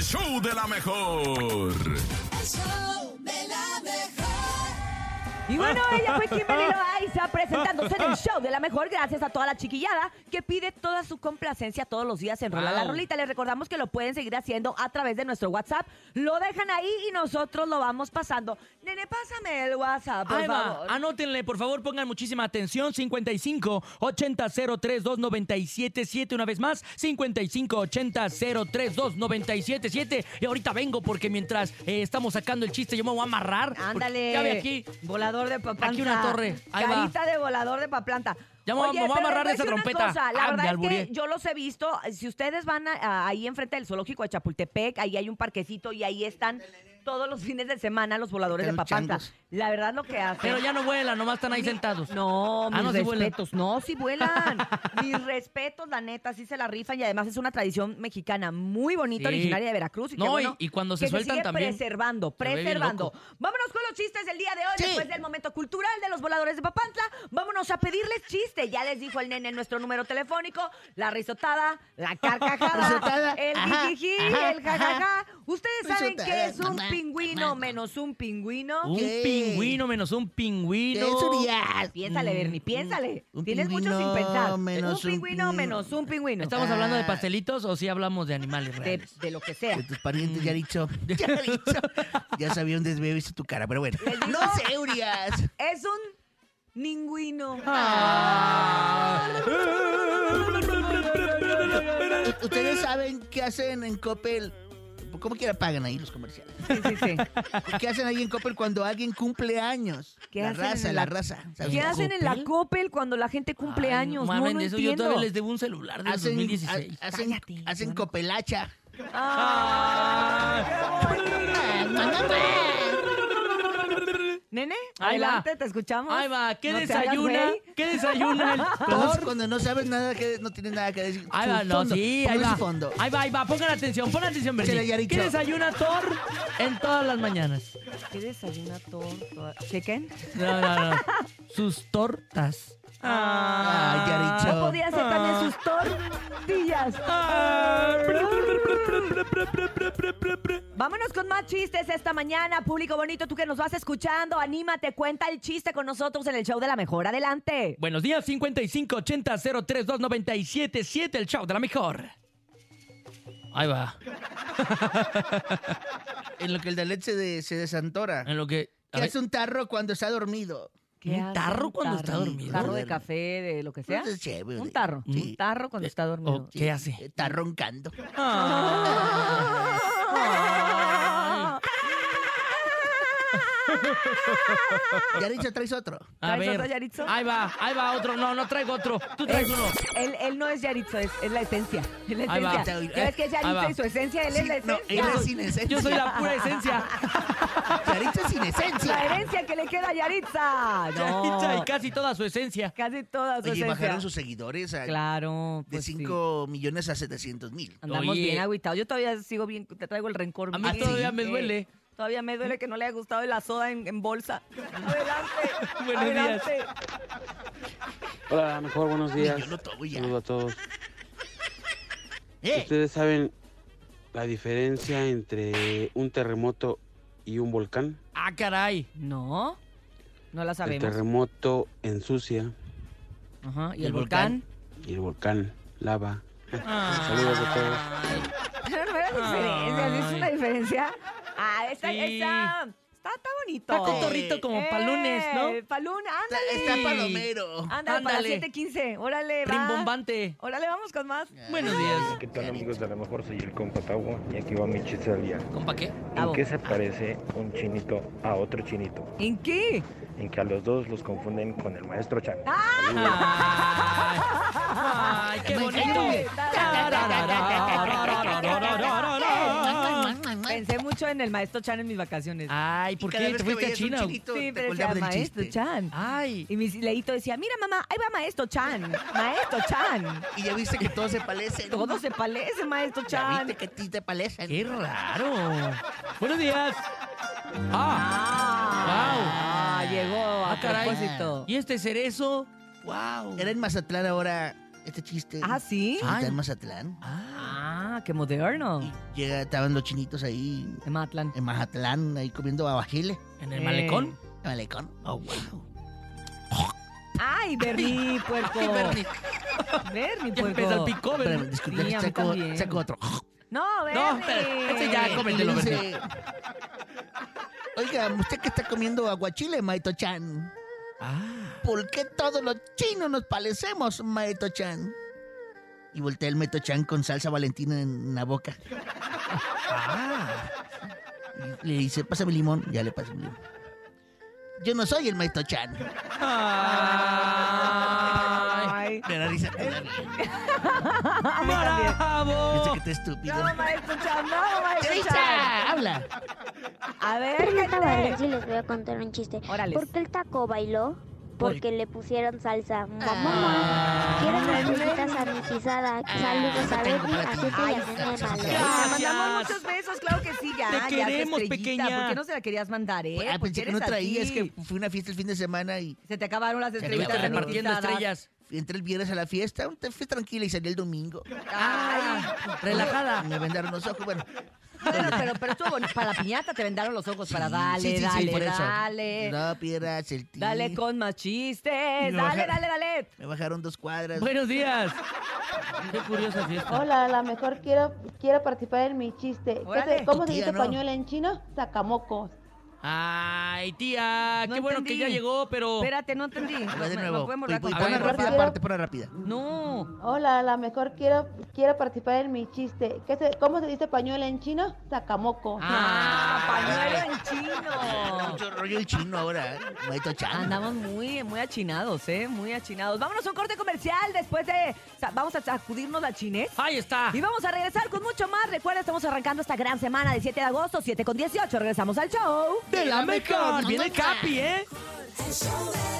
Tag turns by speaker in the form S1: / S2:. S1: show de la mejor.
S2: El show de la mejor.
S3: Y bueno, ella fue Kimberly Loaiza presentándose en el show de la mejor gracias a toda la chiquillada que pide toda su complacencia todos los días en Rola la
S4: Wow.
S3: Rolita. Les recordamos que lo pueden seguir haciendo a través de nuestro WhatsApp. Lo dejan ahí y nosotros lo vamos pasando. Nene, pásame el WhatsApp, por
S4: Ahí va,
S3: favor.
S4: anótenle, por favor, pongan muchísima atención. 55 80 03 297 una vez más. 55 80 03 297 Y ahorita vengo porque mientras eh, estamos sacando el chiste, yo me voy a amarrar. porque
S3: Ándale.
S4: Ya ve aquí.
S3: Volador de paplanta.
S4: Aquí una torre. Ahí va.
S3: Carita de volador de paplanta.
S4: Ya me voy a- me voy a
S3: pero
S4: amarrar
S3: les
S4: de esa
S3: decir una
S4: trompeta.
S3: cosa, la
S4: Ah, me
S3: verdad es
S4: albureé.
S3: que yo los he visto. Si ustedes van a- a- ahí enfrente del zoológico de Chapultepec, ahí hay un parquecito y ahí están todos los fines de semana los voladores de
S5: Están
S3: paplanta.
S5: changos.
S3: La verdad lo que hacen.
S4: Pero ya no vuelan, nomás están ahí sentados.
S3: No, mis
S4: Ah, no, sí vuelan.
S3: respetos. no, sí vuelan. mis respetos, la neta, sí se la rifan y además es una tradición mexicana muy bonita,
S4: Sí.
S3: originaria de Veracruz. Y qué
S4: No,
S3: bueno
S4: y- y cuando se
S3: que
S4: sueltan
S3: sigue
S4: también,
S3: preservando,
S4: se ve bien
S3: preservando.
S4: loco.
S3: Vámonos con los chistes del día de hoy,
S5: Sí.
S3: después del momento cultural de los voladores de Papantla. Vámonos a pedirles chiste. Ya les dijo el nene nuestro número telefónico, la risotada, la carcajada,
S5: Risotada.
S3: el
S5: Ajá,
S3: jijijí,
S5: ajá,
S3: el jajaja. Ustedes saben
S5: Risotada,
S3: que es un
S5: mamá,
S3: pingüino
S5: mamá.
S3: menos un pingüino.
S4: Un
S5: ¿Qué?
S4: pingüino menos un
S5: ¿Qué
S4: pingüino.
S5: es Urias?
S3: Piénsale,
S4: Mm,
S3: Bernie, piénsale.
S5: un
S3: Tienes mucho sin
S5: pingüino
S3: pensar.
S5: menos
S3: un
S5: un
S3: pingüino
S5: pingüino.
S3: menos un pingüino.
S4: ¿Estamos
S5: Ah.
S4: hablando de pastelitos o sí hablamos de animales
S3: de,
S4: reales?
S3: de lo que sea.
S5: De
S4: Este-
S5: tus parientes, ya dicho. Ya dicho. Ya sabía un desveo hizo tu cara, pero bueno.
S3: Les digo-
S5: No sé, Urias.
S3: Es un ningüino.
S4: Ah.
S5: Ustedes saben qué hacen en Coppel. ¿Cómo que la pagan ahí los comerciales?
S3: Sí, sí, sí.
S5: ¿Qué hacen ahí en Coppel cuando alguien cumple años?
S3: ¿Qué
S5: la
S3: hacen en
S5: raza,
S3: la-
S5: la, raza. ¿sabes?
S3: ¿Qué hacen en la
S4: ¿Copel?
S3: Copel cuando la gente cumple
S4: Ay,
S3: años? No,
S4: mamen,
S3: no
S4: de eso yo
S3: entiendo.
S4: todavía les debo un celular del
S5: Hacen,
S4: 2016.
S5: ha- hacen,
S3: Cállate,
S5: hacen
S3: bueno.
S5: copelacha.
S4: Ah.
S3: Nene,
S4: Ahí va.
S3: adelante, te escuchamos.
S4: Ahí va, ¿qué
S3: No te hagas
S4: desayuna?
S3: güey.
S4: ¿Qué desayuna el
S5: Todos
S4: Thor?
S5: cuando no sabes nada, que no tienes nada que decir.
S3: Ah,
S4: Ahí va,
S5: Su
S4: no,
S5: fondo,
S4: sí, ahí
S5: póngale su
S4: va.
S5: fondo.
S4: Ahí va, ahí va, pongan atención, pongan atención, Bernie.
S5: Se le haya
S4: ¿Qué
S5: dicho.
S4: desayuna Thor en todas las mañanas?
S3: ¿Qué desayuna tonto? ¿Chequen?
S4: No, no, no. Sus tortas.
S5: Ay, Yaricho.
S3: Ah, No podía ser también sus tortillas. Vámonos con más chistes esta mañana, público bonito, tú que nos vas escuchando, anímate, cuenta el chiste con nosotros en el show de la mejor. Adelante.
S4: Buenos días, 5580 03 7 el chau de la mejor. Ahí va.
S5: En lo que el de leche de- se desantora.
S4: En lo que. a
S5: ¿Qué
S4: ver,
S5: hace un tarro cuando está dormido?
S3: ¿Qué
S4: ¿Un
S3: hace
S4: tarro cuando está dormido?
S3: Un tarro de café, de lo que sea.
S5: Pues, sí, pues,
S3: Un
S5: sí.
S3: tarro.
S5: Sí.
S3: Un tarro
S4: Eh,
S3: cuando está dormido.
S4: ¿o ¿Qué hace?
S5: Eh, Está roncando.
S3: Ah.
S5: Ya dicho, traes otro.
S4: A
S3: ¿Traes
S4: ver.
S3: otro, Yaritzo?
S4: Ahí va, ahí va otro. No, no traigo otro. Tú traes
S3: Él-
S4: uno.
S3: Él, él no es Yaritzo, es, es la esencia. Es la
S4: Ahí va.
S3: esencia. Ya ves que es
S4: Ahí
S3: Yaritzo
S4: va.
S3: y su esencia, él es
S5: Sí,
S3: la
S5: no,
S3: esencia.
S5: él es sin esencia.
S4: Yo soy la pura esencia.
S5: Yaritza es sin
S3: La
S5: esencia.
S3: herencia que le queda a Yaritza. No.
S4: Yaritza y casi toda su esencia.
S3: Casi toda su
S5: Oye,
S3: esencia.
S5: bajaron sus seguidores a-
S3: Claro.
S5: de
S3: pues sí.
S5: 5 millones a 700 mil.
S3: Andamos
S4: Oye.
S3: bien agüitados. Yo todavía sigo bien, te traigo el rencor.
S4: A mí
S3: bien.
S4: todavía
S3: Sí.
S4: me duele.
S3: Todavía me duele que no le haya gustado la soda en, en bolsa. Adelante.
S4: Buenos
S3: adelante.
S6: Hola, mejor buenos días.
S5: Yo lo tomo ya.
S6: Saludos a todos.
S5: ¡Eh!
S6: ¿Ustedes saben la diferencia entre un terremoto y un volcán?
S4: Ah, caray.
S3: No, no la
S6: El
S3: sabemos.
S6: terremoto ensucia
S3: Ajá, ¿Y el,
S5: ¿El
S3: volcán?
S5: volcán?
S6: y el volcán lava. Saludos a todos.
S4: Ay.
S3: Pero no era diferencia, ¿sí es una
S4: Ay.
S3: diferencia. Ah, esta,
S4: Sí.
S3: esta, está, está bonito.
S4: Está cotorrito como pa' lunes, ¿no?
S3: Palun,
S5: Está,
S3: ándale.
S5: está palomero.
S3: Ándale, para
S4: Ándale.
S3: 7.15. Órale, va.
S4: Rimbombante.
S3: Órale, vamos con más.
S4: Buenos días.
S7: ¿Qué tal amigos? A lo mejor soy el compa Tagua y aquí va mi chiste del día.
S4: ¿Compa qué?
S3: Tavo.
S7: ¿En qué se parece un chinito a otro chinito?
S3: ¿En qué?
S7: En que a los dos los confunden con el maestro Chan.
S4: Ay, Ay, qué bonito.
S3: Pensé mucho en el maestro Chan en mis vacaciones.
S4: Ay, ¿por
S5: Cada
S4: qué
S5: vez
S4: te
S5: que
S4: fuiste a
S5: veías un
S4: China?
S5: chinito,
S3: sí,
S5: te
S3: pero decía,
S5: acordabas del
S3: maestro
S5: chiste.
S3: Chan.
S4: Ah. Ay.
S3: Y mi leito decía, mira mamá, ahí va maestro Chan, maestro Chan.
S5: Y ya viste que todos se palecen.
S3: Todo se palece, maestro
S5: Ya
S3: Chan.
S5: viste que a ti te palecen.
S4: Qué raro. Buenos días. Ah,
S3: Ah, llegó a
S4: ah, caray.
S3: propósito.
S4: ¿Y este cerezo? Wow.
S5: Era en Mazatlán ahora este chiste.
S3: ¿Ah, sí?
S5: Sí, está en Mazatlán.
S4: Ah,
S3: Ah, qué moderno.
S5: Y llega- estaban los chinitos ahí
S3: En Matlán.
S5: en Mazatlán, ahí comiendo babajile.
S4: ¿En el malecón?
S5: en Malecón. Oh, wow.
S3: Ay, Bernie, puerco.
S5: Ay, Bernie.
S3: Bernie,
S4: Ya
S3: puerco.
S4: empieza el picó,
S5: Espérame,
S4: ¿verdad?
S5: disculpe,
S3: Pues Sí, a mí
S5: saco,
S3: también.
S5: saco otro.
S3: No, Bernie.
S4: No, espera, ese ya, come.
S5: Y
S4: Cómetelo,
S5: le dice, Oiga, usted que está comiendo aguachile, Maito-chan.
S4: Ah,
S5: ¿Por qué todos los chinos nos parecemos, Maito-chan? Y voltea el Maito-chan con salsa valentina en la boca.
S3: Ah.
S5: Y le dice, pásame limón. Ya le pasa el limón. Yo no soy el Maito-chan.
S3: Ay.
S5: Me da risa. me da risa. Piensa
S4: ¡Bravo!
S5: Este que está estúpido.
S3: No, maestro Chan, no, maestro Chan.
S5: ¡Risa! ¡Habla!
S3: A ver,
S8: Hola,
S3: gente.
S8: caballeros, y les voy a contar un chiste.
S3: Órale.
S8: ¿Por qué el taco bailó? Porque le pusieron
S5: Ah.
S8: salsa. Mamá, quiero
S3: Ah.
S8: mis cositas a mi pisada. Saludos a
S5: Ah, tengo
S8: Betty,
S5: para
S8: a
S5: ti.
S8: Tete y
S5: Ay,
S8: a Nene
S5: gracias.
S8: Malo.
S3: Le mandamos
S4: Gracias.
S3: muchos besos, claro que sí, ya.
S4: Te
S3: ya,
S4: queremos,
S3: estrellita,
S4: pequeña.
S3: ¿Por qué no se la querías mandar, eh?
S5: Ah,
S3: ¿Por
S5: pensé
S3: qué
S5: que no
S3: eres
S5: traía, es
S3: así?
S5: que fue una fiesta el fin de semana y
S3: Se te acabaron las estrellitas.
S4: Estuviste
S5: Claro.
S4: repartiendo
S3: rosadas.
S4: estrellas.
S5: entré el viernes a la fiesta, una fiesta tranquila y salí el domingo. Ah.
S3: Ay, relajada.
S5: Me vendaron los ojos, bueno.
S3: Bueno, pero, pero estuvo bonito. Para la piñata te vendaron los ojos para dale,
S5: Sí, sí, sí,
S3: dale,
S5: por eso.
S3: dale.
S5: No pierdas el tiempo.
S3: Dale con más chistes.
S5: No,
S3: Dale,
S5: ajá.
S3: dale, dale.
S5: Me bajaron dos cuadras.
S4: Buenos días. Qué curiosa fiesta.
S9: Hola, a lo mejor quiero, quiero participar en mi chiste. ¿Qué
S3: Órale.
S9: se- ¿Cómo
S5: Tu
S9: se
S5: tía,
S9: dice
S5: ¿no?
S9: pañuelo en chino? Sacamocos.
S4: Ay, tía,
S3: No
S4: qué bueno que
S3: entendí.
S4: ya llegó, pero.
S3: Espérate, no entendí.
S5: Va Oh. de
S3: No,
S5: nuevo.
S3: no podemos volver a
S5: Y- y
S3: contar.
S5: ponla
S4: A ver,
S5: rápida,
S9: rápido.
S5: aparte, ponla rápida.
S3: No.
S9: Hola, a lo mejor quiero, quiero participar en mi chiste. ¿Qué se- ¿Cómo se dice pañuelo en chino? Sacamocos.
S3: Ah, pañuelo
S5: ay.
S3: en chino.
S5: Mucho rollo el chino ahora, ¿eh? Maito Chan.
S3: Andamos muy, muy achinados, ¿eh? Muy achinados. Vámonos a un corte comercial después de... sa- Vamos a sacudirnos la chinés.
S4: Ahí está.
S3: Y vamos a regresar con mucho más. Recuerda, estamos arrancando esta gran semana de 7 de agosto, 7 con 18. Regresamos al show.
S4: De la mejor. Viene Capi, ¿eh?
S2: el show de